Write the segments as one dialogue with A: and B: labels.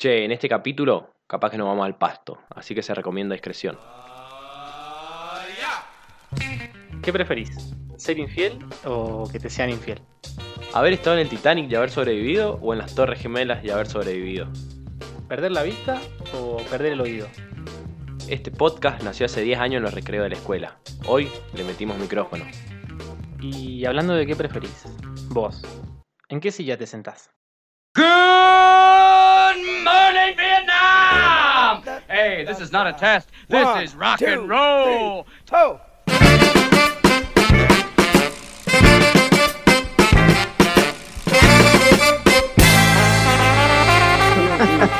A: Che, en este capítulo capaz que nos vamos al pasto, así que se recomienda discreción.
B: ¿Qué preferís? ¿Ser infiel o que te sean infiel?
A: ¿Haber estado en el Titanic y haber sobrevivido o en las Torres Gemelas y haber sobrevivido?
B: ¿Perder la vista o perder el oído?
A: Este podcast nació hace 10 años en los recreos de la escuela. Hoy le metimos micrófono.
B: Y hablando de qué preferís, vos, ¿en qué silla te sentás?
C: Good morning, Vietnam! Hey, this is not a test. This
D: One,
C: is rock
D: two,
C: and roll.
D: Toe.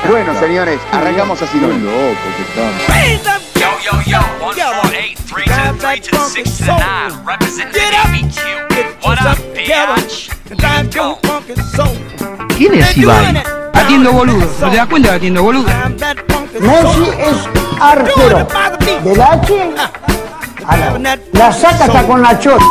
E: Bueno, señores, arrancamos así. ¿no?
C: Yo, yo, yo. One, four, eight, three, to the three, to the six, to the nine. Represent the ABQ. What up, bitch? Let's go.
F: ¿Quién es Ibai? Atiendo boludo, ¿no te das cuenta que atiendo boludo?
D: Messi es arquero.
E: De la H a la, la saca hasta con la chota.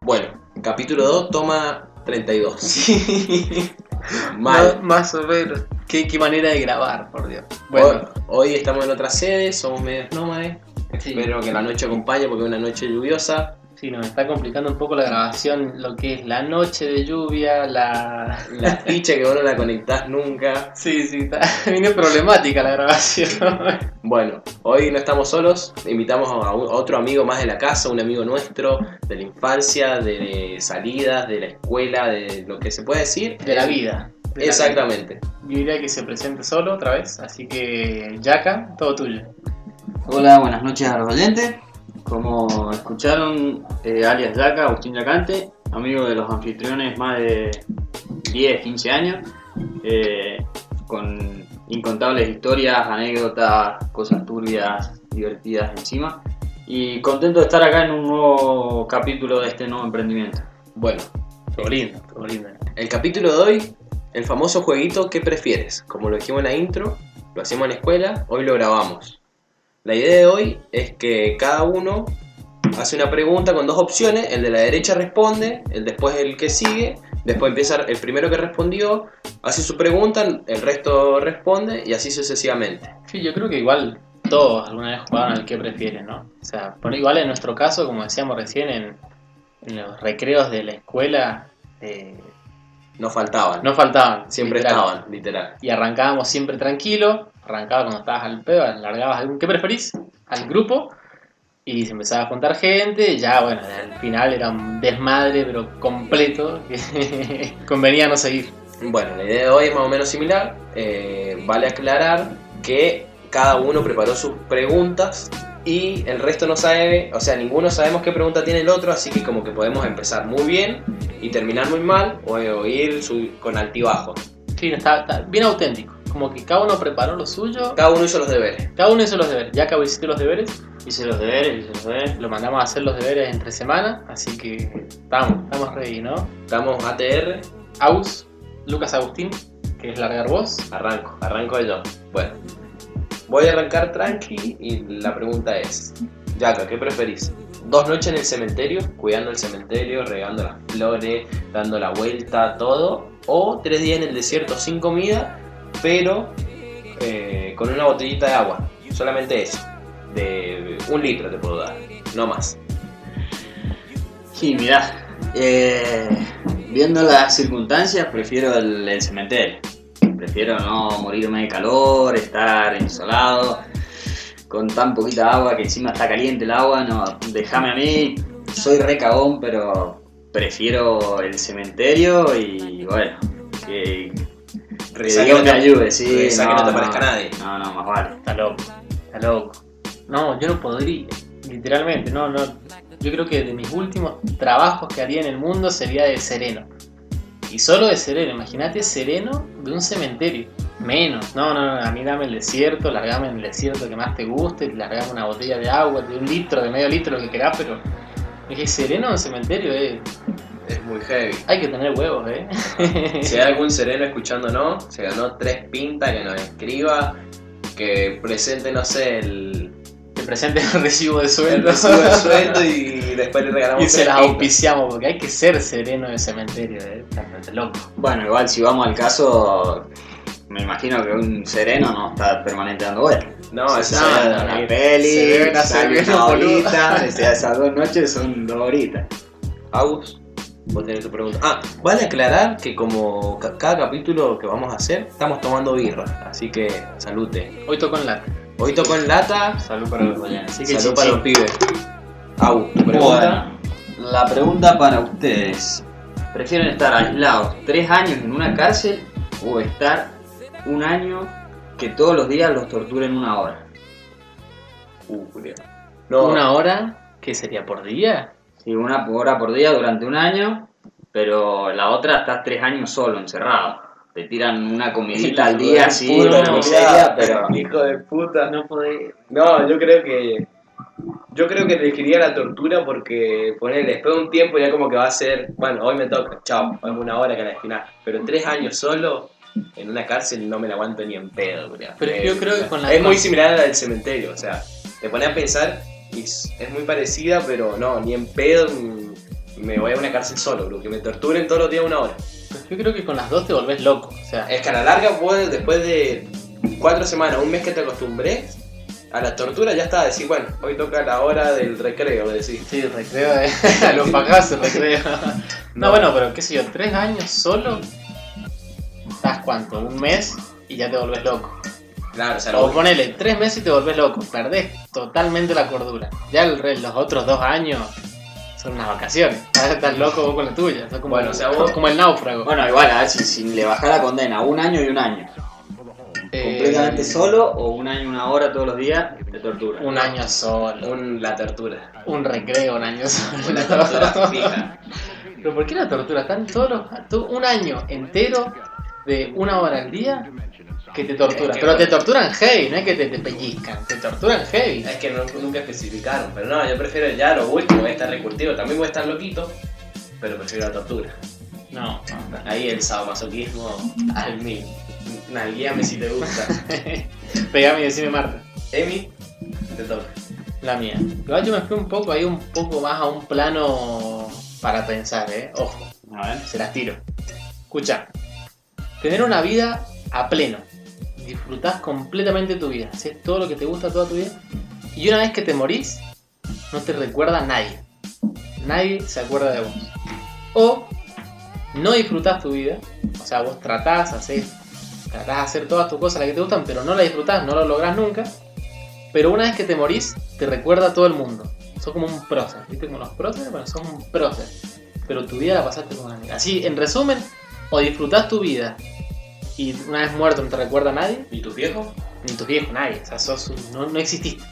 G: Bueno, capítulo 2, toma 32. Mal.
H: más o menos. ¿Qué, qué manera de grabar, por Dios.
G: Bueno,
H: Bueno,
G: hoy, estamos en otra sede, somos medios nómades.
H: sí,
G: Espero que la noche acompañe porque es una noche lluviosa.
H: sí, nos está complicando un poco la grabación, lo que es la noche de lluvia, la...
G: La ficha que vos no la conectás nunca.
H: Sí, sí, está... viene problemática la grabación.
G: Bueno, hoy no estamos solos. Invitamos a, un- a otro amigo más de la casa, un amigo nuestro, de la infancia, de salidas, de la escuela, de lo que se puede decir.
H: De la vida. De la
G: Exactamente.
H: vida. Yo diría que se presente solo otra vez, así que, Yaka, todo tuyo.
I: Hola, buenas noches a los oyentes. Como escucharon, eh, alias Yaca, Agustín Yacante, amigo de los anfitriones más de 10, 15 años, eh, con incontables historias, anécdotas, cosas turbias, divertidas encima. Y contento de estar acá en un nuevo capítulo de este nuevo emprendimiento.
G: Bueno,
H: Todo lindo, todo lindo.
G: El capítulo de hoy, el famoso jueguito ¿Qué prefieres? Como lo dijimos en la intro, lo hacemos en la escuela, hoy lo grabamos. La idea de hoy es que cada uno hace una pregunta con dos opciones, el de la derecha responde, el después el que sigue, después empieza el primero que respondió, hace su pregunta, el resto responde y así sucesivamente.
H: Sí, yo creo que igual todos alguna vez jugaron al que prefieren, ¿no? O sea, por igual en nuestro caso, como decíamos recién, en, en los recreos de la escuela... eh,
G: No faltaban,
H: No faltaban.
G: siempre
H: literal.
G: estaban, literal.
H: Y arrancábamos siempre tranquilo. Arrancaba cuando estabas al pedo, largabas algún que preferís al grupo. Y se empezaba a juntar gente. y Ya, bueno, al final era un desmadre, pero completo. que Convenía no seguir.
G: Bueno, la idea de hoy es más o menos similar. Eh, vale aclarar que cada uno preparó sus preguntas y el resto no sabe, o sea, ninguno sabemos qué pregunta tiene el otro, así que como que podemos empezar muy bien y terminar muy mal o, o ir su- con altibajo.
H: Sí, no, estaba, estaba bien auténtico. Como que cada uno preparó lo suyo.
G: Cada uno hizo los deberes.
H: Cada uno hizo los deberes. Ya acabo hiciste los deberes.
I: Hice los deberes, hice los deberes.
H: Lo mandamos a hacer los deberes entre semana. Así que estamos, estamos ready, ¿no?
G: Estamos ATR,
H: Agus, Lucas Agustín, que es largar voz.
G: arranco, arranco yo. Bueno, voy a arrancar tranqui y la pregunta es, Yaka, ¿qué preferís? Dos noches en el cementerio, cuidando el cementerio, regando las flores, dando la vuelta, todo, o tres días en el desierto sin comida, pero eh, con una botellita de agua, solamente eso, de un litro te puedo dar, no más.
I: Sí, mirá, eh, viendo las circunstancias, prefiero el, el cementerio. Prefiero no morirme de calor, estar insolado, con tan poquita agua que encima está caliente el agua. No, déjame a mí, soy re cagón, pero prefiero el cementerio y bueno, que, que
G: Rezá que
I: Dios
G: no
I: me
G: te-
I: ayude, sí.
G: rezá que no te aparezca nadie.
I: No, no, más vale.
H: Está loco, está loco. No, yo no podría, literalmente, no, no. Yo creo que de mis últimos trabajos que haría en el mundo sería de sereno. Y solo de sereno, imagínate sereno de un cementerio. Menos, no, no, no, a mí dame el desierto, largame en el desierto que más te guste, largame una botella de agua, de un litro, de medio litro, lo que querás, pero es que sereno en el cementerio, eh,
G: Es muy heavy.
H: hay que tener huevos, eh.
G: Si hay algún sereno escuchándonos, se ganó tres pintas, que nos escriba, que presente, no sé, el,
H: Que presenten un recibo de
G: El
H: sueldo.
G: recibo del sueldo y después le regalamos
H: Y se
G: tres
H: las
G: pipas.
H: auspiciamos, porque hay que ser sereno de cementerio, eh. Está loco.
I: Bueno, igual si vamos al caso, me imagino que un sereno no está permanente dando vueltas.
G: No,
I: No,
G: eso
I: esa
G: no,
I: es
G: no,
I: una
G: no.
H: Se
I: peli,
H: deben hacer
I: sale
H: bien
I: una
H: los boludos.
I: horita, o sea, esas dos noches son dos horitas.
G: Agus, vos tenés tu pregunta. Ah, vale aclarar que como ca- cada capítulo que vamos a hacer, estamos tomando birra. Así que salute.
H: Hoy tocó en la.
G: Hoy tocó en lata,
I: Salud para los mañana. Así
G: salud para los pibes. Agus, tu pregunta.
I: Bueno, la pregunta para ustedes. ¿Prefieren estar aislados tres años en una cárcel o estar un año que todos los días los torturen una hora?
G: Uh, Julián. No,
H: Una hora, ¿qué sería por día?
I: Sí, una hora por día durante un año, pero la otra estás tres años solo, encerrado. Te tiran una comidita al día, así,
G: Puro
I: una miseria, pero...
G: Hijo de puta.
H: No podés.
G: No, yo creo que. Yo creo que elegiría la tortura porque ponele, después de un tiempo ya como que va a ser, bueno, hoy me toca, chao, es una hora que la final. Pero tres años solo en una cárcel no me la aguanto ni en pedo, bro.
H: Pero
G: Eh,
H: yo creo que
G: o sea,
H: con la-
G: Es muy similar a la del cementerio, o sea, te pones a pensar y es es muy parecida, pero no, ni en pedo ni- me voy a una cárcel solo, bro, que me torturen todos los días una hora.
H: Pues yo creo que con las dos te volvés loco. O sea,
G: Es que a la larga, vos, después de cuatro semanas, un mes que te acostumbré a la tortura, ya está. Decir, bueno, hoy toca la hora del recreo, decís.
H: sí, recreo
G: eh.
H: de. A los pajazos, recreo. No, bueno, pero qué sé yo, tres años solo. ¿Estás cuánto? ¿Un mes? Y ya te volvés loco.
G: Claro, o sea,
H: O
G: lo-
H: ponele tres meses y te volvés loco. Perdés totalmente la cordura. Ya el re- los otros dos años son unas vacaciones. Estás loco vos con la tuya. Sos como,
G: Bueno, o sea, vos-
H: como el náufrago.
I: Bueno, igual, a ver si, si le bajás la condena, un año y un año.
H: Eh,
I: completamente solo o un año, una hora todos los días de tortura.
H: Un año solo.
G: un- la tortura.
H: Un recreo, un año solo.
G: La tortura fija.
H: Pero ¿por qué la tortura? Están todos los- tú- un año entero de una hora al día que te torturan.
G: Es que-
H: Pero te torturan heavy, no es que te, te pellizcan, te torturan heavy.
G: Es que no- nunca especificaron, pero no, yo prefiero ya lo último, voy a estar recurtido. También voy a estar loquito, pero prefiero la tortura.
H: No.
G: Ahí el sadomasoquismo al mil. Nalguíame si te gusta.
H: Pegame y decime Marta.
G: Emi, te toca.
H: La mía. Igual yo me fui un poco ahí, un poco más a un plano para pensar, ¿eh? Ojo.
I: A ver.
H: se las tiro. Escucha, tener una vida a pleno. Disfrutás completamente tu vida. Haces todo lo que te gusta toda tu vida. Y una vez que te morís, no te recuerda nadie. Nadie se acuerda de vos. O no disfrutás tu vida. O sea, vos tratás, hacés, tratás de hacer todas tus cosas las que te gustan, pero no las disfrutás, no lo lográs nunca. Pero una vez que te morís, te recuerda a todo el mundo. Sos como un prócer. ¿Viste como los próceres? Bueno, sos un prócer pero tu vida la pasaste con una negra. Así, en resumen, o disfrutás tu vida y una vez muerto no te recuerda a nadie,
G: ¿Y tus viejos?
H: ni tus viejos, nadie. O sea, sos un- no, no exististe.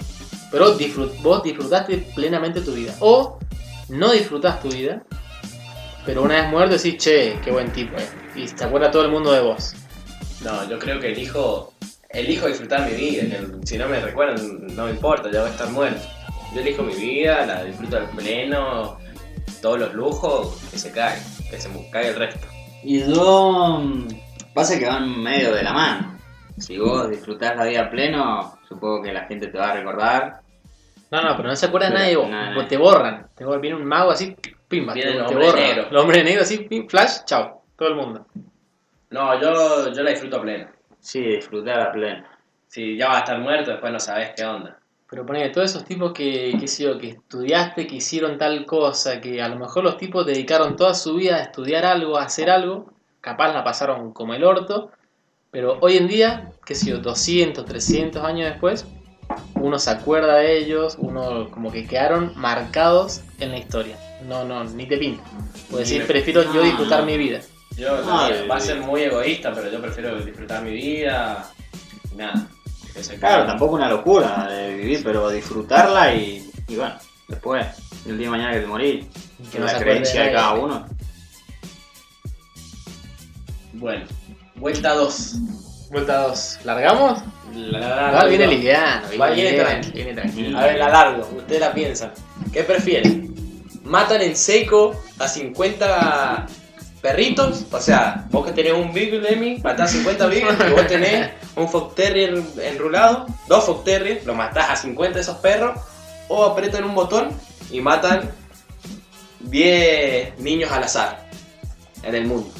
H: Pero disfrut- vos disfrutaste plenamente tu vida. O no disfrutás tu vida, pero una vez muerto decís, che, qué buen tipo, eh", y se acuerda todo el mundo de vos.
G: No, yo creo que elijo, elijo disfrutar mi vida. que si no me recuerdan, no me importa, ya voy a estar muerto. Yo elijo mi vida, la disfruto al pleno, todos los lujos, que se cae, que se me cae el resto.
I: Y yo. mm, Pasa que van medio de la mano. Si vos disfrutás la vida a pleno, supongo que la gente te va a recordar.
H: No, no, pero no se acuerda
I: Pero
H: nadie de vos.
I: nada,
H: vos
I: nada.
H: Te borran. Te borran. Viene un mago así, pimba,
G: Viene
H: te,
G: el
H: te
G: hombre
H: borra.
G: negro.
H: El hombre negro así, pim, flash, chao. Todo el mundo.
G: No, yo, yo la disfruto a pleno.
I: Sí, disfrutar a pleno.
G: Si ya vas a estar muerto, después no sabes qué onda.
H: Pero ponele, todos esos tipos que, qué sé yo, que estudiaste, que hicieron tal cosa, que a lo mejor los tipos dedicaron toda su vida a estudiar algo, a hacer algo, capaz la pasaron como el orto, pero hoy en día, qué sé yo, 200, 300 años después, uno se acuerda de ellos, uno como que quedaron marcados en la historia. No, no, ni te pinta. Puedes
G: Ni
H: decir,
G: me-
H: prefiero yo
I: Ah.
H: disfrutar mi vida.
G: Yo
I: Ah,
G: eh, va a
I: sí.
G: ser muy egoísta, pero yo prefiero disfrutar mi vida. y Nada. que se
I: Claro,
G: cae.
I: tampoco una locura de vivir, pero disfrutarla y, y bueno, después, el día de mañana que te morís, que
H: no
I: la
H: se acuerde
I: creencia de
H: nadie.
I: cada uno.
G: Bueno, vuelta 2.
H: Vuelta 2. ¿Largamos? Ah, viene liviano,
G: Va,
H: viene
G: viene
H: liviano,
G: tranqui.
H: viene tranquilo.
G: A ver, la largo, ustedes la piensan. ¿Qué prefieren? ¿Matan en seco a 50 perritos, o sea, vos que tenés un Beagle Lemmy, matás 50 Beagles, y vos tenés un Fox Terrier enrulado, dos Fox Terrier, los matás a 50 de esos perros, o apretan un botón y matan 10 niños al azar en el mundo.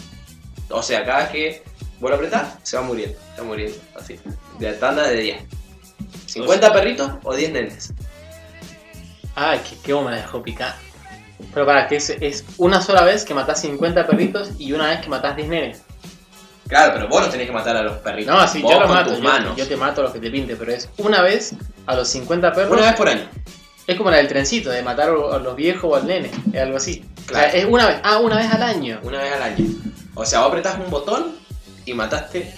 G: O sea, cada vez que vos lo apretás, se va muriendo, se va muriendo, así, de la tanda de 10. 50 perritos o 10 nenes.
H: Ay, qué, qué bomba me dejó picar. Pero para que es, es una sola vez que matás 50 perritos y una vez que matás 10 nenes.
G: Claro, pero vos los tenés que matar a los perritos.
H: No, así
G: vos
H: yo los
G: con
H: mato.
G: tus
H: Yo,
G: manos.
H: yo te mato a los que te pinte, pero es una vez a los 50 perros.
G: Una vez por año.
H: Es como la del trencito, de matar a los viejos o al nene, es algo así.
G: Claro.
H: O sea, es una vez, ah, una vez al año.
G: una vez al año. O sea, vos apretás un botón y mataste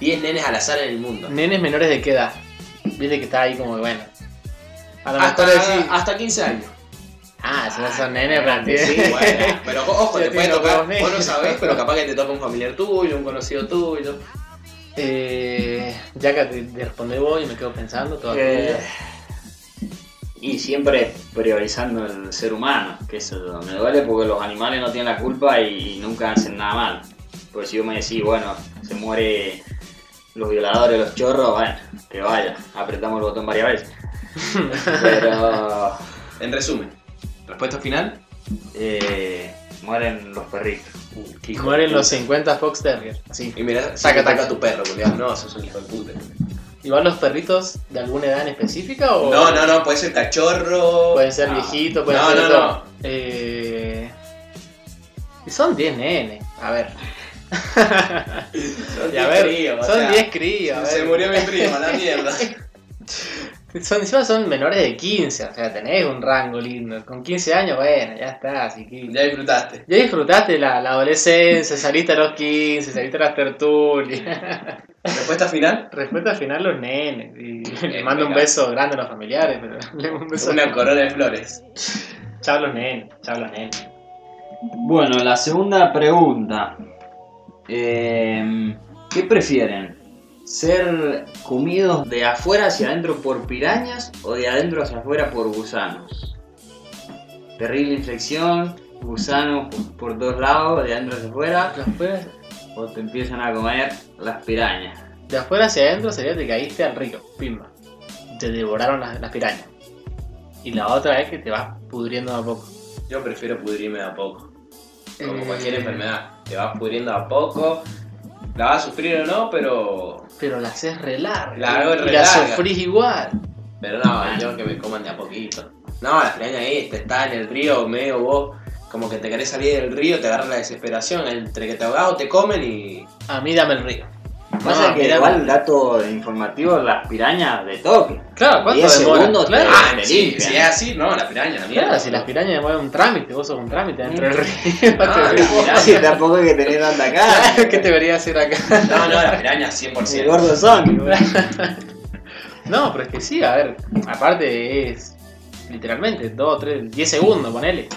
G: 10 nenes al azar en el mundo.
H: Nenes menores de qué edad. Viste que está ahí como que bueno. A lo
G: Hasta,
H: mejor decís,
G: hasta 15 años.
H: ah, si no son nenes, pero
G: Sí, bueno. Pero ojo,
H: Ya
G: te puede
H: tiene los
G: tocar,
H: huevos
G: vos no
H: negros.
G: sabés, pero capaz que te toca un familiar tuyo, un conocido tuyo.
H: Eh, ya que te, te respondí vos y me quedo pensando todavía.
I: Eh, y siempre priorizando el ser humano, que eso me duele porque los animales no tienen la culpa y nunca hacen nada mal. Porque si yo me decís, bueno, se muere los violadores, los chorros, bueno, que vaya, apretamos el botón varias veces. Pero
G: En resumen, respuesta final.
I: eh, mueren los perritos.
G: que Uh, hijo
H: Mueren
G: de
H: los
G: puta.
H: 50 Fox Terrier. Así.
G: Y mira,
H: Saca,
G: saca, saca
H: saca.
G: a tu perro,
H: ah,
G: culiao. No, sos un hijo de puta.
H: ¿Igual los perritos de alguna edad en específica? O
G: No, no, no, puede ser cachorro.
H: Pueden ser
G: no.
H: viejitos, pueden
G: no,
H: ser.
G: No,
H: de
G: no,
H: todo. Eh, Son 10 nenes. A ver.
G: Son
H: Y a
G: 10
H: ver,
G: críos, o
H: son
G: sea,
H: 10 críos. a
G: Se
H: ver.
G: murió mi prima, la mierda.
H: Son, encima son menores de 15, o sea, tenés un rango lindo. Con 15 años, bueno, ya está, así que.
G: ya disfrutaste.
H: Ya disfrutaste la, la adolescencia, saliste a los 15, saliste a las tertulias.
G: Respuesta final.
H: Respeto al final los nenes. Y le
G: Eh,
H: mando un
G: mira.
H: beso grande a los familiares, pero le mando un beso.
G: Una corona de flores.
H: Chao a los nenes, chao a los nenes.
I: Bueno, la segunda pregunta. Eh, ¿Qué prefieren? ¿Ser comidos de afuera hacia adentro por pirañas o de adentro hacia afuera por gusanos? Terrible inflexión, gusanos por, por dos lados, de adentro hacia afuera,
H: De afuera,
I: o te empiezan a comer las pirañas.
H: de afuera hacia adentro sería te caíste al río, pimba. Te devoraron las, las pirañas. Y la otra es que te vas pudriendo de a poco.
G: Yo prefiero pudrirme de a poco. Como
H: Eh.
G: cualquier enfermedad. Te vas pudriendo de a poco. La vas a sufrir o no, pero.
H: Pero la haces re larga.
G: La hago
H: y
G: re
H: la
G: larga.
H: sufrís igual.
G: Pero no, yo que me coman de a poquito. No, las pirañas ahí, te está en el río, medio vos. Como que te querés salir del río, te agarra la desesperación. Entre que te ahogás o te comen y.
H: A mí dame el río.
I: Pasa
H: No,
I: que
H: mirá.
I: igual, dato informativo, las pirañas de toque.
H: Claro, ¿cuánto
I: 10
H: demora?
I: segundos te-
H: claro.
I: Ah,
G: sí,
I: limpian.
G: si es así, no, la piraña, la mierda. Mm.
H: Claro, si las pirañas demoran un trámite, vos sos un trámite dentro del río.
G: Ah,
I: Sí, tampoco es que tenés tanta cara.
H: ¿Qué te debería hacer acá?
G: No, no, las pirañas
I: Si
G: 100%.
I: gordos son.
H: No, pero es que sí, a ver, aparte es literalmente 2, 3, 10 segundos, ponele.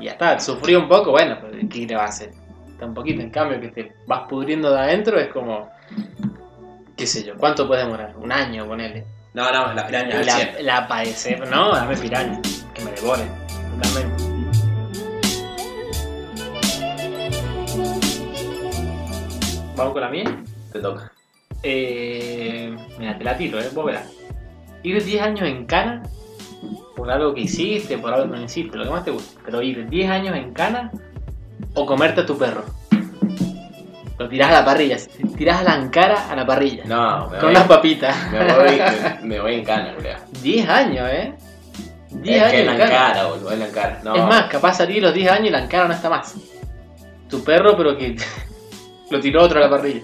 H: Y ya está, sufrí un poco, bueno, pero ¿qué le va a hacer? Tan poquito, en cambio, que te vas pudriendo de adentro es como, qué sé yo, ¿cuánto puede demorar? Un año, ponele.
G: No, no, las
H: Y
G: pirañas al
H: la,
G: 100.
H: la padecer, no, dame piraña, que me devoren, totalmente. ¿Vamos con la mía?
G: Te toca.
H: Eh, mira, te la tiro, ¿eh? Vos verás. Ir 10 años en cana por algo que hiciste, por algo que no hiciste, lo que más te guste. Pero ir 10 años en cana o comerte a tu perro. Lo tirás a la parrilla, tirás a la encara a la parrilla.
G: No, me
H: con
G: voy.
H: las papitas.
G: Me voy, me, me voy en cana, boludo.
H: 10 años, ¿eh? 10
G: Es
H: años
G: que en
H: en
G: la
H: cana.
G: cara, boludo, en la cara. No.
H: Es más, capaz salir los 10 años y la encara no está más. Tu perro, pero que lo tiró otro a la parrilla.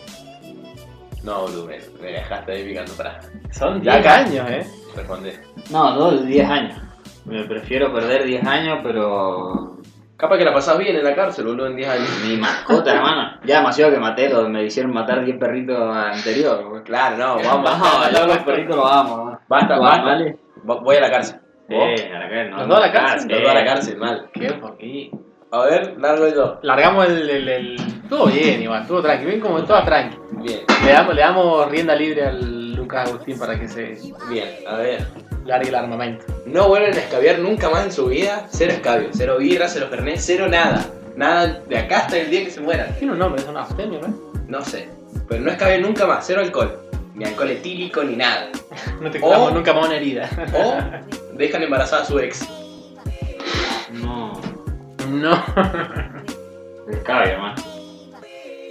G: No, boludo, me, me dejaste ahí picando para
H: Son
G: Ya
H: 10
G: acá.
H: años, ¿eh?
G: responder.
I: No, dos, 10 años. Me prefiero perder 10 años, pero.
G: Capaz que la pasás bien en la cárcel, boludo, en 10 años.
I: Mi mascota, hermano. Ya demasiado que maté, lo- me hicieron matar 10 perritos anterior. güey.
G: Claro, no, vamos,
I: No, yo los perritos los amo. ¿no?
G: Basta,
I: Los
G: basta.
I: animales.
G: Vo- Voy a la cárcel. Vos,
I: Eh, a la cárcel, no,
H: ¿Los dos a la cárcel?
G: Los dos a la cárcel, mal.
H: Qué porquería.
G: A ver, largo yo.
H: Largamos el, el, el- Estuvo bien, igual, estuvo tranqui, bien como todas tranqui.
G: Bien,
H: Le damos, le damos rienda libre al Lucas Agustín para que se
G: bien, a ver.
H: largue el armamento.
G: No vuelven a escabiar nunca más en su vida. Cero escabio, cero birra, cero fernet, cero nada. Nada de acá hasta el día que se mueran.
H: Tiene un nombre, es un abstemio, ¿no?
G: No sé. Pero no escabe nunca más, cero alcohol. Ni alcohol etílico ni nada.
H: No te
G: O-
H: curamos nunca más una herida.
G: O dejan embarazada a su ex.
I: No,
H: No.
I: escabio, man.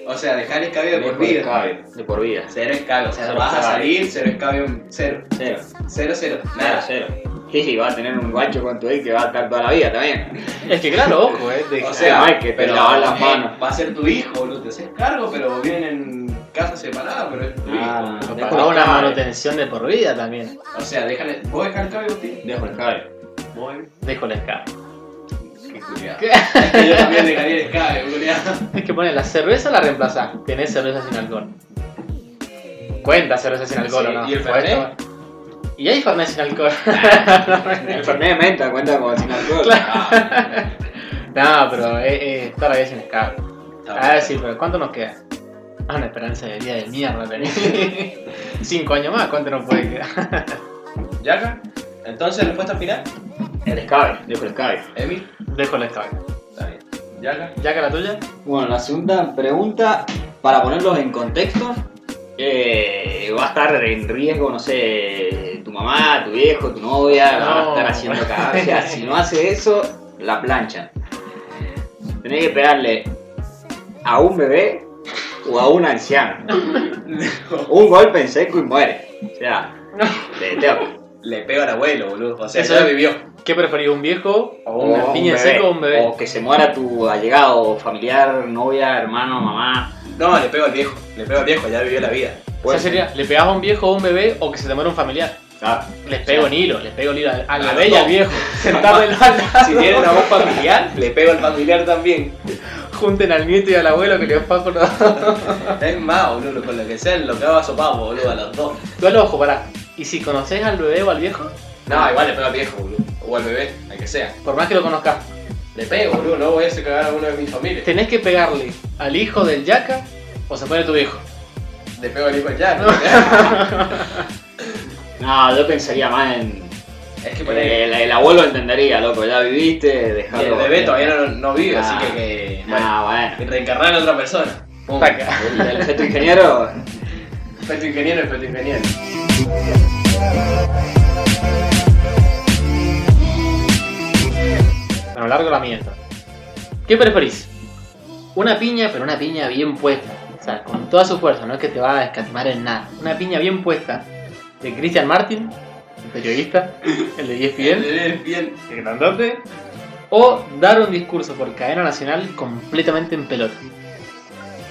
G: O sea, dejar escabio de por
I: Lejos de
G: vida.
I: escabio, De por vida.
G: Cero escabio. O sea,
I: Cero
G: vas a
I: escabio.
G: salir, cero escabio, cero.
I: Cero.
G: Cero, cero.
I: Nada,
G: Nada.
I: cero. Y va a tener un guacho con tu ex que va a estar toda la vida también.
H: Es que claro, ojo, eh. de-
G: O sea,
I: no hay que te
G: pero,
I: lavar las
G: eh,
I: manos.
G: Va a ser tu hijo, boludo. Te haces cargo, pero vienen en casa separada, pero es tu
I: Ah,
G: hijo.
I: no.
G: Dejo-
H: Para una
I: escabio.
H: manutención de por vida también.
G: O sea, déjale. ¿Vos dejar el cabello, tío?
I: Dejo el escabio.
G: Voy.
H: Dejo el escabio.
G: Qué culiado. Es que yo también dejaría el cabello, culiado.
H: Es que poner la cerveza la reemplazás. Tenés cerveza sin alcohol. Cuenta cerveza sin alcohol,
G: Sí,
H: ¿o no?
G: ¿y el Fernet?
H: Podés tomar- Y hay Fernet sin alcohol.
I: El Fernet de menta cuenta como sin alcohol.
H: no, pero eh, es, es todavía sin escabio.
G: Ah,
H: A ver, sí, pero ¿cuánto nos queda? Ah, una esperanza de vida de mierda tenés. Cinco años más, ¿cuánto nos puede quedar?
G: ¿Ya acá? Entonces, respuesta final,
I: El escabio, dejo el escabio.
G: Emil.
H: Dejo el escabio.
G: Está bien. ¿Ya acá?
H: ¿Ya que la tuya?
I: Bueno, la segunda pregunta, para ponerlos en contexto, eh, va a estar en riesgo, no sé, tu mamá, tu viejo, tu novia, van a
H: No.
I: estar haciendo cagar. O sea, si no hace eso, la planchan. Tenés que pegarle a un bebé o a un anciano. Un golpe en seco y muere. O sea, te tengo.
G: Le pego al abuelo, boludo. O sea,
H: Eso
G: ya
H: es-
G: vivió.
H: ¿Qué preferís, un viejo
I: O
H: o una
I: un
H: piña en
I: bebé.
H: seco o un bebé?
I: O que se muera tu allegado, familiar, novia, hermano, mamá.
G: No, le pego al viejo. Le pego al viejo, ya vivió la vida.
H: o sea, sería, le pegás a un viejo o a un bebé o que se te muera un familiar.
I: Ah,
H: Les pego en hilo, les pego en hilo al, al
G: A
H: bebé y
G: los
H: al
G: dos.
H: viejo. Sentármelo al lado.
G: Si tiene una voz familiar, le pego al familiar también.
H: Junten al nieto y al abuelo que le va por los
G: Es más, boludo, con lo que sea, lo que haga sopa, boludo, a los dos.
H: Igual ojo, pará. ¿Y si conocés al bebé o al viejo?
G: No, igual le pego al viejo, boludo. O al bebé, al que sea.
H: Por más que lo conozcas.
G: Le pego, boludo, no voy a hacer cagar a uno de mi familia.
H: ¿Tenés que pegarle al hijo del yaca o se pone tu viejo?
G: Le pego al hijo ya, ¿no?
I: No, yo pensaría más en.
G: es que por
H: Eh,
G: ahí.
I: El, el abuelo entendería, loco, ya viviste,
G: Y
I: dejalo.
G: el bebé todavía no, no vive, así que. que bueno,
I: Ah, bueno.
G: reencarnar a otra persona. Pum.
H: Taca.
I: El, el feto ingeniero.
G: Efecto ingeniero, efecto ingeniero.
H: Bueno, largo la miento. ¿Qué preferís? Una piña, pero una piña bien puesta. O sea, con toda su fuerza, no es que te va a escatimar en nada. Una piña bien puesta de Christian Martin, el periodista, el de E ESPN.
G: Bien, bien.
H: el grandote, o dar un discurso por cadena nacional completamente en pelota.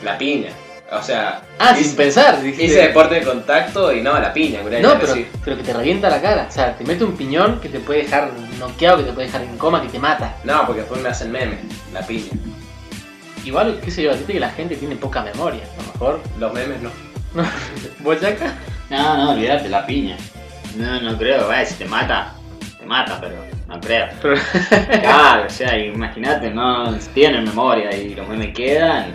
G: La piña. O sea,
H: Ah,
G: hice,
H: sin pensar, dijiste.
G: hice deporte de contacto y no, la piña, culiao,
H: no,
G: ya
H: pero,
G: sí.
H: pero que te revienta la cara. O sea, te mete un piñón que te puede dejar noqueado, que te puede dejar en coma, que te mata.
G: No, porque después me hacen meme, la piña.
H: Igual, qué sé yo, viste que la gente tiene poca memoria, a lo mejor.
G: Los memes no.
H: ¿Vos Yaka?
I: No, no, olvídate, la piña. No, no creo, vaya, si te mata, te mata, pero no creo.
H: Pero-
I: Claro, o sea, imagínate, no tienen memoria y los memes quedan.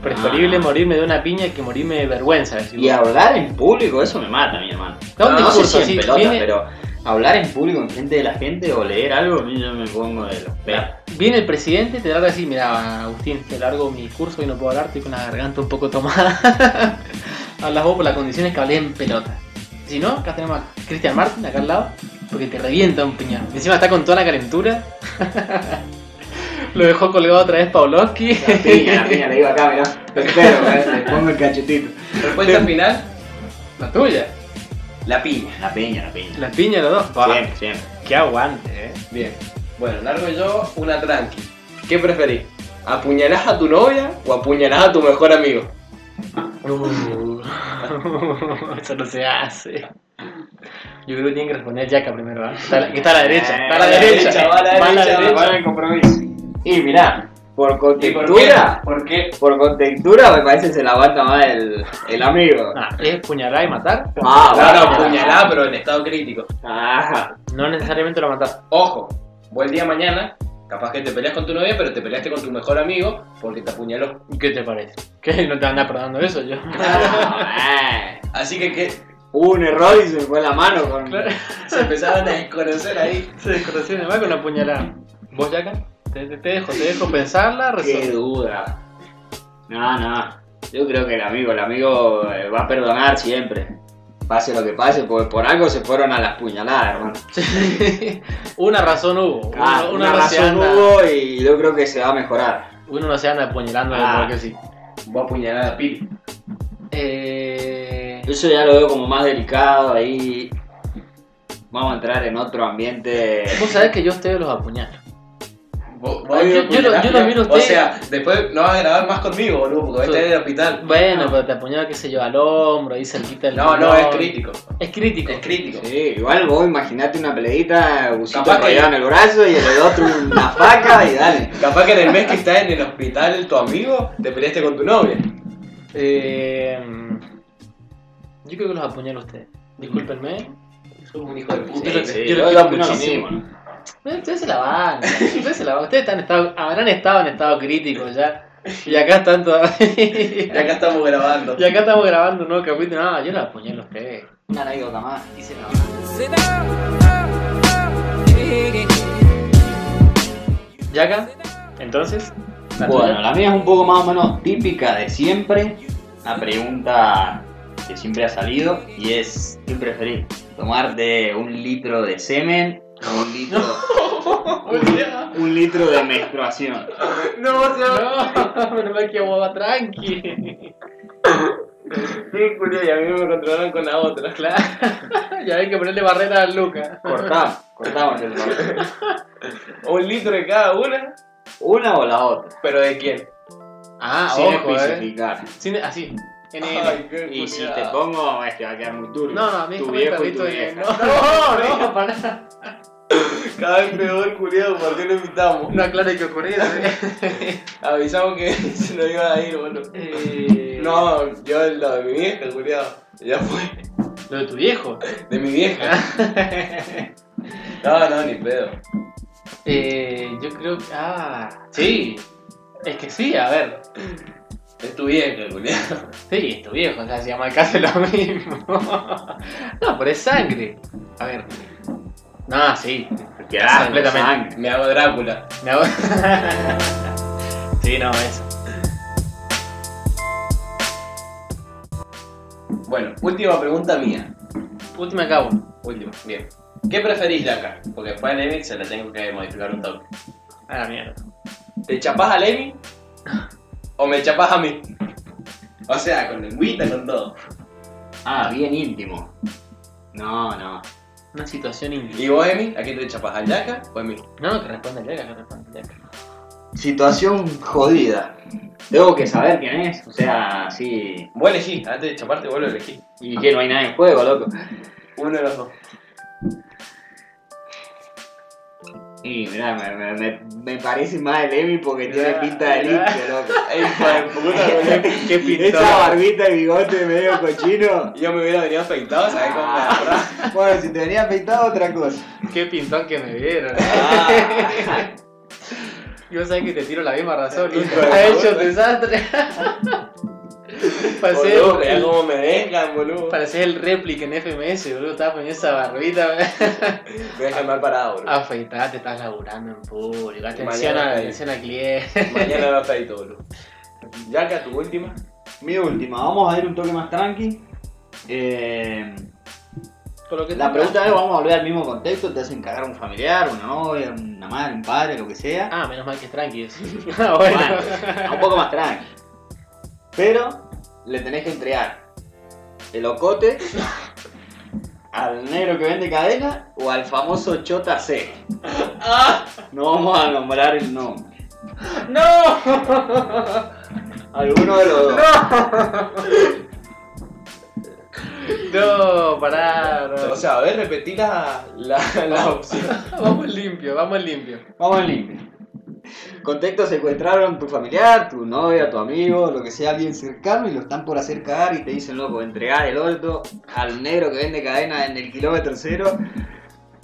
H: Preferible
I: Ah.
H: morirme de una piña que morirme de vergüenza. decís
I: Y
H: vos.
I: hablar en público, eso me mata, mi hermano.
H: Da un
I: No, no sé
H: discurso
I: si
H: así,
I: en pelota,
H: viene-
I: pero hablar en público en frente de la gente o leer algo, a mí yo me pongo de los pelos.
H: Viene el presidente, te larga así, mira, Agustín, te largo mi curso y no puedo hablar, estoy con la garganta un poco tomada. Hablas vos por las condiciones que hablé en pelota. Si no, acá tenemos a Cristian Martin, acá al lado, porque te revienta un piñón. Encima está con toda la calentura. Lo dejó colgado otra vez Pavlovsky.
I: La piña, la piña le digo acá, mirá. Pero, le pongo el cachetito.
G: Respuesta final,
H: La tuya.
G: la piña.
I: La piña, la piña.
H: La piña los dos. Va,
I: Siempre, siempre.
H: Qué aguante, eh.
G: Bien. Bueno, largo yo una tranqui. ¿Qué preferís? ¿Apuñalás a tu novia o apuñalás a tu mejor amigo?
H: Uh, eso no se hace. Yo creo que tienen que responder Yaka primero, ¿verdad? Está a la- Que está a la derecha, está a la
G: Va a la
H: derecha.
G: derecha, va a la
H: va a la
G: derecha,
H: derecha.
I: Para el compromiso. Y mirá, por contextura,
G: ¿Por qué?
I: por contextura me parece que se la aguanta más el, el amigo.
H: Ah, ¿Es puñalar y matar?
I: Ah,
G: Claro,
I: bueno,
G: apuñalá, pero en estado crítico.
I: Ah,
H: No necesariamente lo matás.
G: Ojo, buen día mañana. Capaz que te peleas con tu novia, pero te peleaste con tu mejor amigo porque te apuñaló.
H: ¿Y ¿Qué te parece? ¿Qué? No te andás perdonando eso yo.
I: ah,
G: Así que, que
I: Hubo un error y se me fue la mano con.
H: Claro.
G: se empezaron a desconocer ahí.
H: Se desconoció nada más con la puñalada. ¿Vos, Yaka? Te, te- te dejo, te dejo pensarla.
I: Qué
H: resolver.
I: duda. No, no. Yo creo que el amigo, el amigo eh, va a perdonar siempre. Pase lo que pase, porque por algo se fueron a las puñaladas, hermano.
H: Una razón hubo.
I: Ah,
H: uno, uno
I: una
H: no se
I: razón
H: anda,
I: hubo y yo creo que se va a mejorar.
H: uno no se anda apuñalando
I: Ah.
H: porque sí.
I: Voy a apuñalar a Pili.
H: Eh,
I: Eso ya lo veo como más delicado, ahí vamos a entrar en otro ambiente.
H: Vos sabés que yo a ustedes los apuñalo.
G: Vos-
H: Ay,
G: vos
H: yo-
G: lo
H: yo lo- yo lo miro a
G: O
H: usted.
G: sea, después no vas a grabar más conmigo, boludo, porque vas a estar en el hospital.
H: Bueno, pero te apuñalo, qué sé yo, al hombro, ahí cerquita del
G: No, no,
H: pulmón.
G: es crítico.
H: Es crítico.
G: Es crítico.
I: Sí, igual vos imaginate una peleita, busito
G: Capaz que-
I: enrollado en el brazo y en el otro una faca y dale.
G: Capaz que en el mes que estás en el hospital tu amigo te peleaste con tu novia.
H: Eh, yo creo que los apuñalo a ustedes. Discúlpenme. Soy un hijo de puta. Yo lo- yo lo quiero muchísimo. Eh, Ustedes se la van. Ustedes se la van. Ustedes están en estado- habrán estado en estado crítico ya. Y acá están
G: Y
H: todavía.
G: acá estamos grabando.
H: Y acá estamos grabando un nuevo capítulo. No, yo los apuñalo a ustedes.
I: Una anécdota más. Y se la
H: ¿Y acá? Entonces. la
I: Bueno,
H: tuya.
I: la mía es un poco más o menos típica de siempre. Una pregunta que siempre ha salido y es, ¿qué preferís? ¿Tomarte un litro de semen o un litro, un litro de menstruación?
G: No, se
H: No, menos mal que vos vas tranqui.
G: Sí, culiao, y a mí me controlaron con la otra.
H: Claro. Ya hay que ponerle barrera a Luca.
I: Cortamos, cortamos el rollo.
G: Un litro de cada una,
I: Una o la otra.
G: pero ¿de quién?
H: Ah,
I: sin
H: ojo, eh.
I: especificar.
H: Sin- así. NN.
G: Ay, qué
I: Y si
G: culiao.
I: te pongo, es que va a quedar muy turbio.
H: No, no, a mí
G: este
I: tu
H: tu
I: viejo y
H: perrito
I: tu
H: de...
I: vieja.
H: No, no, no, para nada.
G: Cada vez peor, culiado, ¿por qué lo invitamos?
H: No aclare que ocurrido.
G: Avisamos que se nos iba a ir, boludo.
H: eh.
G: No, yo lo de mi vieja, culiado. Ya fue.
H: Lo de tu viejo.
G: De mi vieja. No, no, ni pedo.
H: Eh, yo creo que. Ah, sí. Es que sí, a ver.
G: Es tu vieja, culiado.
H: Sí, es tu viejo, o sea, si llama el caso es lo mismo. no, pero es sangre. A ver. No, sí.
I: Que asco,
H: Completamente.
I: sangre.
G: Me hago Drácula.
H: Me hago- sí, no, eso.
G: Bueno, última pregunta mía.
H: Última cabo.
G: Última, bien. ¿Qué preferís, Yaka? Porque después a Lemmy se la tengo que modificar un toque.
H: A la mierda.
G: ¿Te chapás a Lemmy? ¿O me chapás a mí? O sea, con lengüita, con todo.
I: Ah, bien íntimo. No, no.
H: Una situación íntima.
G: ¿Y vos, Emi? ¿A quién te chapás? ¿Al Yaka o a mí?
H: No, que responda Yaka, que responda Yaka.
I: Situación jodida. Tengo que saber quién es. O sea, sí.
G: Vos elegí, antes de chaparte, vos lo elegí.
I: Y que no hay nada en juego, loco.
G: Uno de los dos.
I: Y mirá, me, me, me, me parece más el Emi porque tiene
H: Mirá,
I: pinta de
H: mirá.
I: limpio, loco.
G: Ey, hijo de puta, boludo.
I: Qué Esa barbita y bigote medio cochino.
G: Yo me hubiera venido afeitado, ¿sabés cómo me agarrás?
I: Bueno, si te venía pintado, otra cosa.
H: Qué pintón que me dieron.
G: Ah,
H: Yo sabés que te tiro la misma razón.
G: Hijo
H: Luca.
G: de
H: Ha hecho
G: puta.
H: desastre. Pasé
G: Boludo, mirá
H: el-
G: cómo me dejan, boludo.
H: Parecés el réplica en FMS, boludo. Estabas poniendo esa barbita, boludo.
G: Me dejan mal parado, boludo.
H: Afeitate, estás laburando en público. Atención,
G: Mañana
H: a,
G: caí.
H: atención al cliente.
G: Mañana me afeito, boludo. Yaka, tu última.
I: Mi última, vamos a ir un toque más tranqui. Eh,
H: Con lo que
I: la
H: te-
I: pregunta es, vamos a volver al mismo contexto, te hacen cagar un familiar, una novia, una madre, un padre, lo que sea.
H: Ah, menos mal que es tranqui. eso. ah, bueno.
I: Bueno, un poco más tranqui. Pero le tenés que entregar el ocote al negro que vende cadena o al famoso Chota C.
H: Ah.
I: No vamos a nombrar el nombre. ¡No! Alguno de los dos.
H: No, pará. no.
G: O sea, a ver, repetí la, la, la opción.
H: Vamos limpio, vamos limpio.
I: Vamos al limpio. Contexto secuestraron tu familiar, tu novia, tu amigo, lo que sea bien cercano y lo están por hacer cagar y te dicen loco, entregar el orto al negro que vende cadena en el kilómetro cero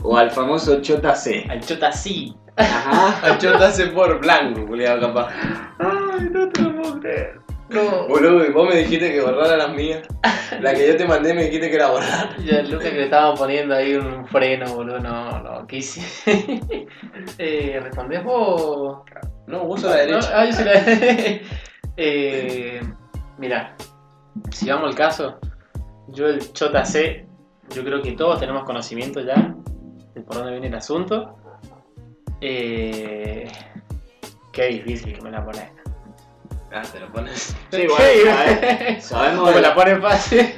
I: o al famoso Chota C.
H: Al chota sí.
I: Ajá.
G: Achota hace por blanco, culiado, capaz.
H: Ay, no te lo puedo creer. No.
G: Boludo, y vos me dijiste que borrara las mías. La que yo te mandé me dijiste que la borrara.
H: Ya, Lucas, que le estaban poniendo ahí un freno, boludo. No, no, ¿qué hice? eh, ¿Respondés vos?
G: No, vos a la
H: No,
G: derecha.
H: ah, yo soy la- eh, mira, si vamos al caso, yo el Chota sé, yo creo que todos tenemos conocimiento ya de por dónde viene el asunto. Eh, qué difícil que me la pones.
G: Ah, te lo pones.
H: Sí,
I: bueno, sabemos
H: me
I: de-
H: la pones fácil.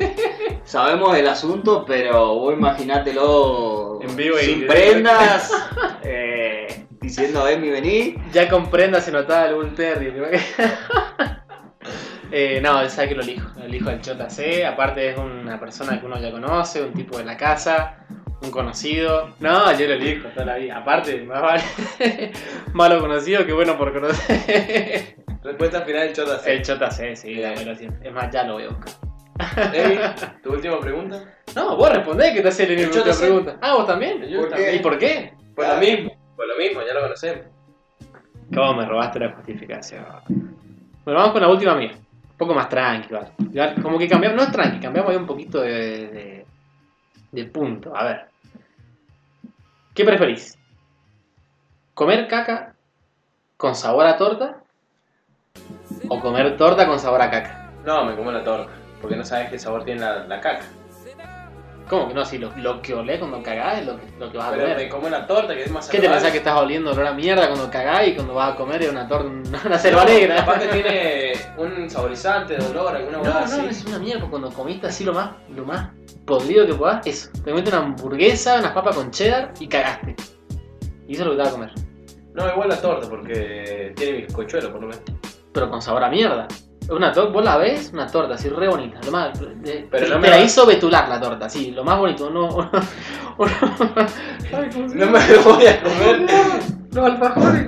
I: Sabemos el asunto, pero vos imaginátelo
H: En vivo y en
I: sin
H: directo.
I: prendas, eh, diciendo ven y vení.
H: Ya comprenda, se notaba algún Terry. ¿no? Eh, no, él sabe que lo elijo. Lo elijo al Chota C. Aparte, es una persona que uno ya conoce, un tipo de la casa, un conocido. No, yo lo elijo toda la vida. Aparte, más vale malo conocido que bueno por conocer.
G: Respuesta final, chota.
H: El Chota C, sí, dámelo siempre. Es más, ya lo voy a buscar.
G: Evi, tu última pregunta.
H: No, vos respondés que te hacía la
G: Chota
H: última
G: C.
H: pregunta. Ah, vos también.
G: Yo también.
H: ¿Y por qué?
G: Por lo mismo, por lo mismo, ya lo conocemos.
H: ¿Cómo me robaste la justificación? Bueno, vamos con la última mía. Un poco más tranqui, ¿vale? Ya, Como que cambiamos, no es tranqui, cambiamos ahí un poquito de, de- de punto. A ver. ¿Qué preferís? ¿Comer caca con sabor a torta? ¿O comer torta con sabor a caca?
G: No, me como la torta. Porque no sabes qué sabor tiene la, la caca.
H: ¿Cómo que no? Si lo, lo que olés cuando cagás es lo que, lo que vas a
G: Pero me
H: comer.
G: como la torta, que es más
H: ¿Qué te pensás que
G: saludable.
H: estás oliendo olor a mierda cuando cagás y cuando vas a comer es una torta, una selva negra?
G: Aparte tiene un saborizante de olor, alguna
H: No,
G: hueá
H: no,
G: así.
H: es una mierda porque cuando comiste así lo más, lo más podrido que podás, eso. Te comiste una hamburguesa, unas papas con cheddar y cagaste. Y eso es lo que te vas a comer.
G: No, igual la torta, porque tiene bizcochuelo por lo menos.
H: Pero con sabor a mierda. Una torta, vos la ves, una torta así re bonita. Lo más, de-
G: Pero
H: te,
G: no
H: te
G: me
H: la
G: va-
H: hizo betular la torta, sí, lo más bonito. No,
G: No me lo voy a comer.
H: los alfajores.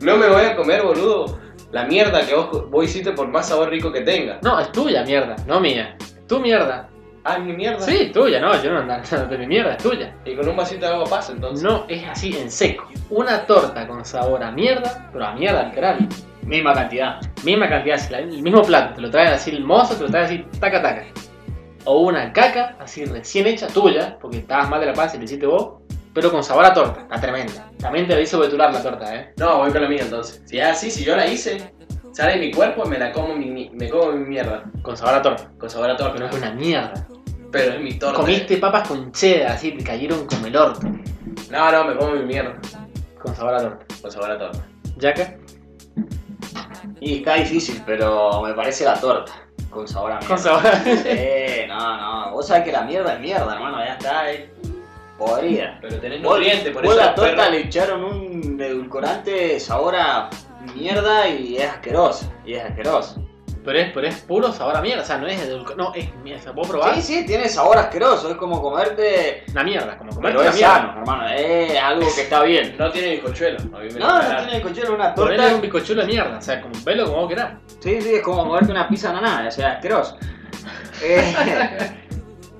G: No me voy a comer, boludo. La mierda que vos, vos hiciste por más sabor rico que tenga.
H: No, es tuya mierda, no mía. Tu mierda.
G: Ah, es mi mierda.
H: Sí, tuya, no, yo no ando hablando de mi mierda, es tuya.
G: Y con un vasito de agua pasa, entonces.
H: No es así en seco. Una torta con sabor a mierda, pero a mierda literal.
I: Misma cantidad.
H: misma cantidad, si la- el mismo plato, te lo traen así el mozo, te lo traen así taca taca. O una caca así recién hecha tuya, porque estabas mal de la panza y la hiciste vos, pero con sabor a torta, está tremenda. También te la hizo betular la torta, eh.
G: No, voy con la mía entonces. Si es así, si yo la hice, sale de mi cuerpo, me la como mi, mi- me como mi mierda.
H: Con sabor a torta.
G: Con sabor a
H: Pero
G: torta.
H: es una mierda.
G: Pero es mi torta.
H: Comiste papas con cheddar, así te cayeron como el orto.
G: No, no, me como mi mierda.
H: Con sabor a torta.
G: Con sabor a torta.
H: ¿Yaca?
I: Y está difícil, pero me parece la torta. Con sabor a mierda.
H: Con sabor a...
I: Eh, no, no. Vos sabés que la mierda es mierda, hermano. Ya está, eh. Podrida.
G: Pero tenés
I: Vos-
G: nutrientes, por
I: vos
G: eso.
I: la
G: los perros-
I: torta le echaron un edulcorante sabor a mierda y es asqueroso. Y es asqueroso.
H: Pero es, pero es puro sabor a mierda, o sea, no es edulco... No, es mierda. ¿Puedo probar?
I: Sí, sí, tiene sabor asqueroso. Es como comerte.
H: Una mierda, como comer
I: Pero
H: una
I: es
H: mierda.
I: sano, hermano. Es algo que está bien.
G: No tiene bizcochuelo. A mí me lo
I: No, no
G: regalaron.
I: tiene el cochero una
H: Ponele
I: torta.
H: un bizcochuelo de mierda, o sea, como pelo como vos querás.
I: Sí, sí, es como comerte una pizza nada, o sea, asqueroso. Eh,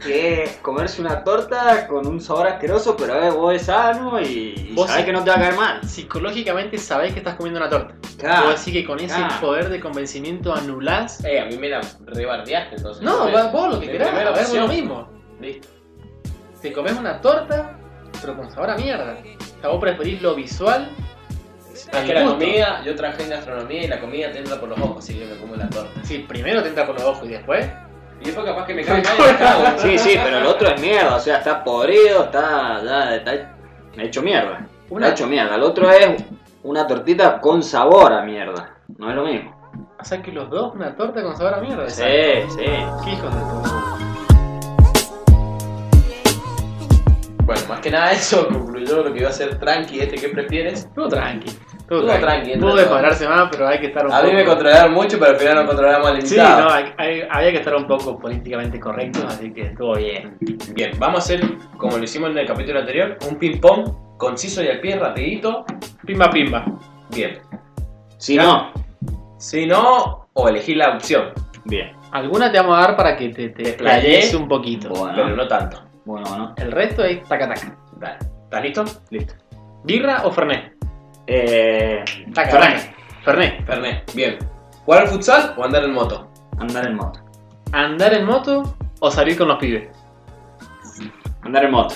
I: que es comerse una torta con un sabor asqueroso, pero eh, vos es sano y, y
H: Vos
I: sabés
H: sí.
I: que no te va a caer mal.
H: Psicológicamente sabés que estás comiendo una torta.
I: Claro.
H: O así que con ese
I: claro.
H: poder de convencimiento anulás.
G: Eh, a mí me la rebardeaste entonces.
H: No,
G: sé.
H: va- vos lo que
G: Mi
H: querás,
G: pues, primera
H: a ver, vos
G: opción.
H: lo mismo.
G: Listo.
H: Te comes una torta, pero con sabor a mierda. O sea, vos preferís lo visual.
G: Es
H: al
G: Ah, que la
H: gusto.
G: comida, yo trabajé en gastronomía y la comida te entra por los ojos, así que me como la torta.
H: Sí, primero te entra por los ojos y después.
G: Y después capaz que me cae mal y la cago.
I: Sí, sí, pero el otro es mierda, o sea, está podrido, está, ya, está hecho mierda.
H: Una-
I: Está hecho mierda. El otro es una tortita con sabor a mierda. No es lo mismo.
H: O sea, que los dos una torta con sabor a mierda.
I: Sí, sí.
H: ¿Qué hijos de puta?
G: Bueno, más que nada eso concluyó lo que iba a ser tranqui este que prefieres.
H: Estuvo tranqui. Estuvo
G: Estuvo tranqui,
H: tranqui.
G: entre
H: Pudo
G: todos.
H: descuadrarse más, pero hay que estar un
G: A
H: poco.
G: mí me controlaron mucho, pero al final no controlamos al
H: Sí, no,
G: invitado.
H: hay- hay- había que estar un poco políticamente correcto, así que estuvo bien.
G: Bien, vamos a hacer, como lo hicimos en el capítulo anterior, un ping-pong conciso y al pie, rapidito.
H: Pimba, pimba.
G: Bien.
I: Si no,
G: Si no, o elegir la opción,
I: bien.
H: Alguna te vamos a dar para que te, te
G: Desplayé.
H: explayes un poquito.
G: pero
I: Bueno,
G: no tanto.
I: bueno, bueno.
H: El resto es taca taca.
G: Dale. ¿Estás listo?
I: Listo.
H: ¿Birra o Fernet?
I: Eh,
H: Taca
I: Fernet.
H: taca. Fernet.
G: Fernet, bien. ¿Jugar al futsal o andar en moto?
I: Andar en moto.
H: ¿Andar en moto o salir con los pibes?
I: Andar en moto.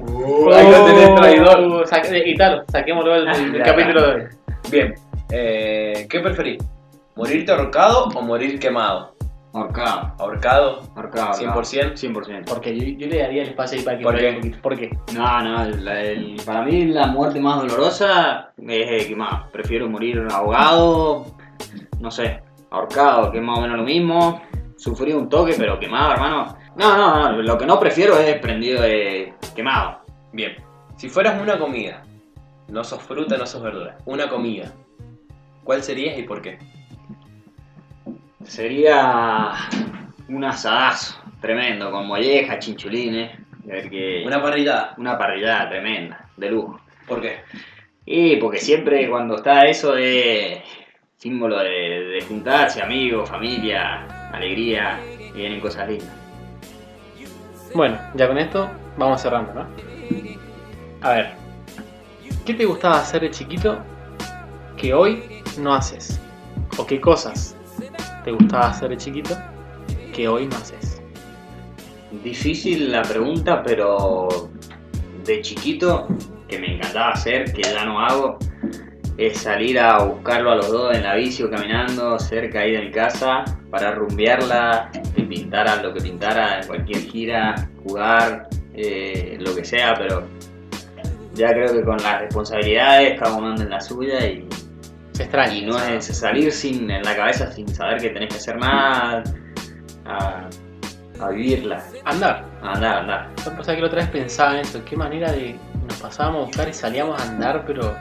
H: Oh.
G: ahí lo tenés, traidor. Ah,
H: Uh, saque- y tal, saquémoslo del del
I: Ya,
H: capítulo de hoy.
G: Bien, eh, ¿qué preferís? ¿Morirte ahorcado o morir quemado?
I: Ahorcado.
G: Ahorcado,
I: Ahorcado. ahorcado.
G: 100%.
I: 100%.
H: Porque yo, yo le daría el espacio ahí para que
G: ¿Por
H: juegue
G: qué?
H: un poquito. ¿Por qué?
I: No, no, la- el- para mí la muerte más dolorosa es eh, quemado. Prefiero morir ahogado, no sé, ahorcado, que es más o menos lo mismo. Sufrí un toque, pero quemado, hermano. No, no, no, lo que no prefiero es prendido de quemado.
G: Bien, si fueras una comida, no sos fruta, no sos verdura, una comida, ¿cuál serías y por qué?
I: Sería un asadazo tremendo, con molleja, chinchulines. a ver que-
G: Una parrillada,
I: una parrillada tremenda, de lujo.
G: ¿por qué?
I: Y porque siempre cuando está eso es símbolo de, de juntarse, amigos, familia, alegría, y vienen cosas lindas.
H: Bueno, ya con esto vamos cerrando, ¿no? A ver, ¿qué te gustaba hacer de chiquito que hoy no haces? ¿O qué cosas te gustaba hacer de chiquito que hoy no haces?
I: Difícil la pregunta, pero de chiquito, que me encantaba hacer, que ya no hago, es salir a buscarlo a los dos en la bici o caminando cerca ahí de mi casa para rumbearla, que pintara lo que pintara, en cualquier gira, jugar, eh, lo que sea, pero ya creo que con las responsabilidades cada uno anda en la suya y,
H: Se extraña.
I: y no es salir sin, en la cabeza sin saber que tenés que hacer nada, a, a vivirla.
H: Andar.
I: Andar, andar.
H: Yo pensaba que la otra vez pensaba en eso. ¿Qué manera de nos pasábamos a buscar y salíamos a andar, pero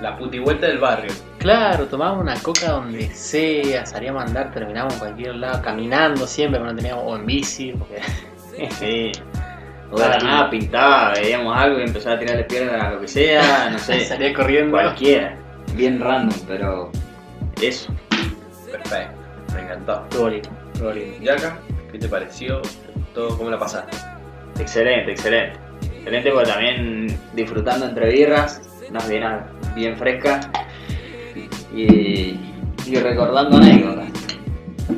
G: La putivuelta del barrio.
H: Claro, tomábamos una coca donde sea, salíamos a andar, terminábamos en cualquier lado, caminando siempre, pero no teníamos, o en bici, porque
I: Sí. O de la nada pintaba, veíamos algo y empezaba a tirarle piedra a lo que sea, no sé,
H: salía corriendo.
I: cualquiera. Bien random, pero eso.
G: Perfecto, me encantó.
H: Estuvo lindo, estuvo lindo.
G: Yaka, ¿qué te pareció? ¿Te gustó? ¿Cómo la pasaste?
I: Excelente, excelente. Excelente porque también disfrutando entre birras, unas birras bien frescas y, y recordando anécdotas.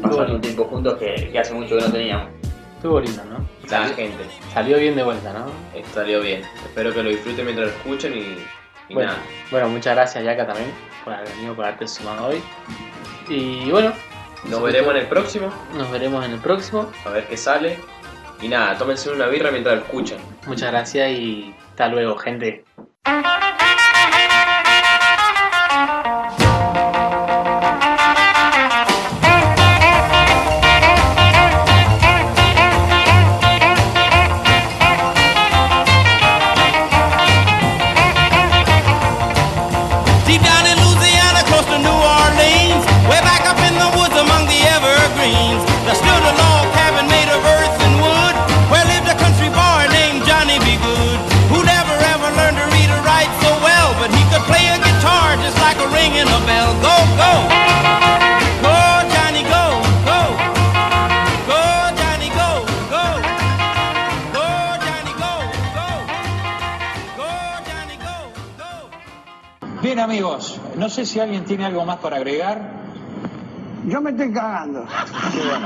I: Pasando un tiempo juntos que, que hace mucho que no teníamos.
H: Estuvo lindo, ¿no?
G: La gente,
H: Salió bien de vuelta, ¿no?
G: eh, salió bien. Espero que lo disfruten mientras lo escuchen y, y
H: Bueno,
G: nada.
H: bueno, muchas gracias Yaka también por haber venido, por haberte sumado hoy. Y bueno,
G: Nos veremos en el próximo,
H: nos veremos en el próximo.
G: a ver qué sale. Y nada, tómense una birra mientras lo escuchan.
H: Muchas gracias y hasta luego, gente.
C: Deep down in Louisiana, close to New Orleans, way back up in the woods among the evergreens, there stood a log cabin made of earth and wood, where lived a country boy named Johnny B. Good, who never ever learned to read or write so well, but he could play a guitar just like a ring in a bell. Go, go, go, Johnny, go, go, go, Johnny, go, go, go, Johnny, go, go, go, Johnny, go, go.
J: Bien amigos, no sé si alguien tiene algo más para agregar.
D: Yo me estoy cagando.
J: Qué bueno.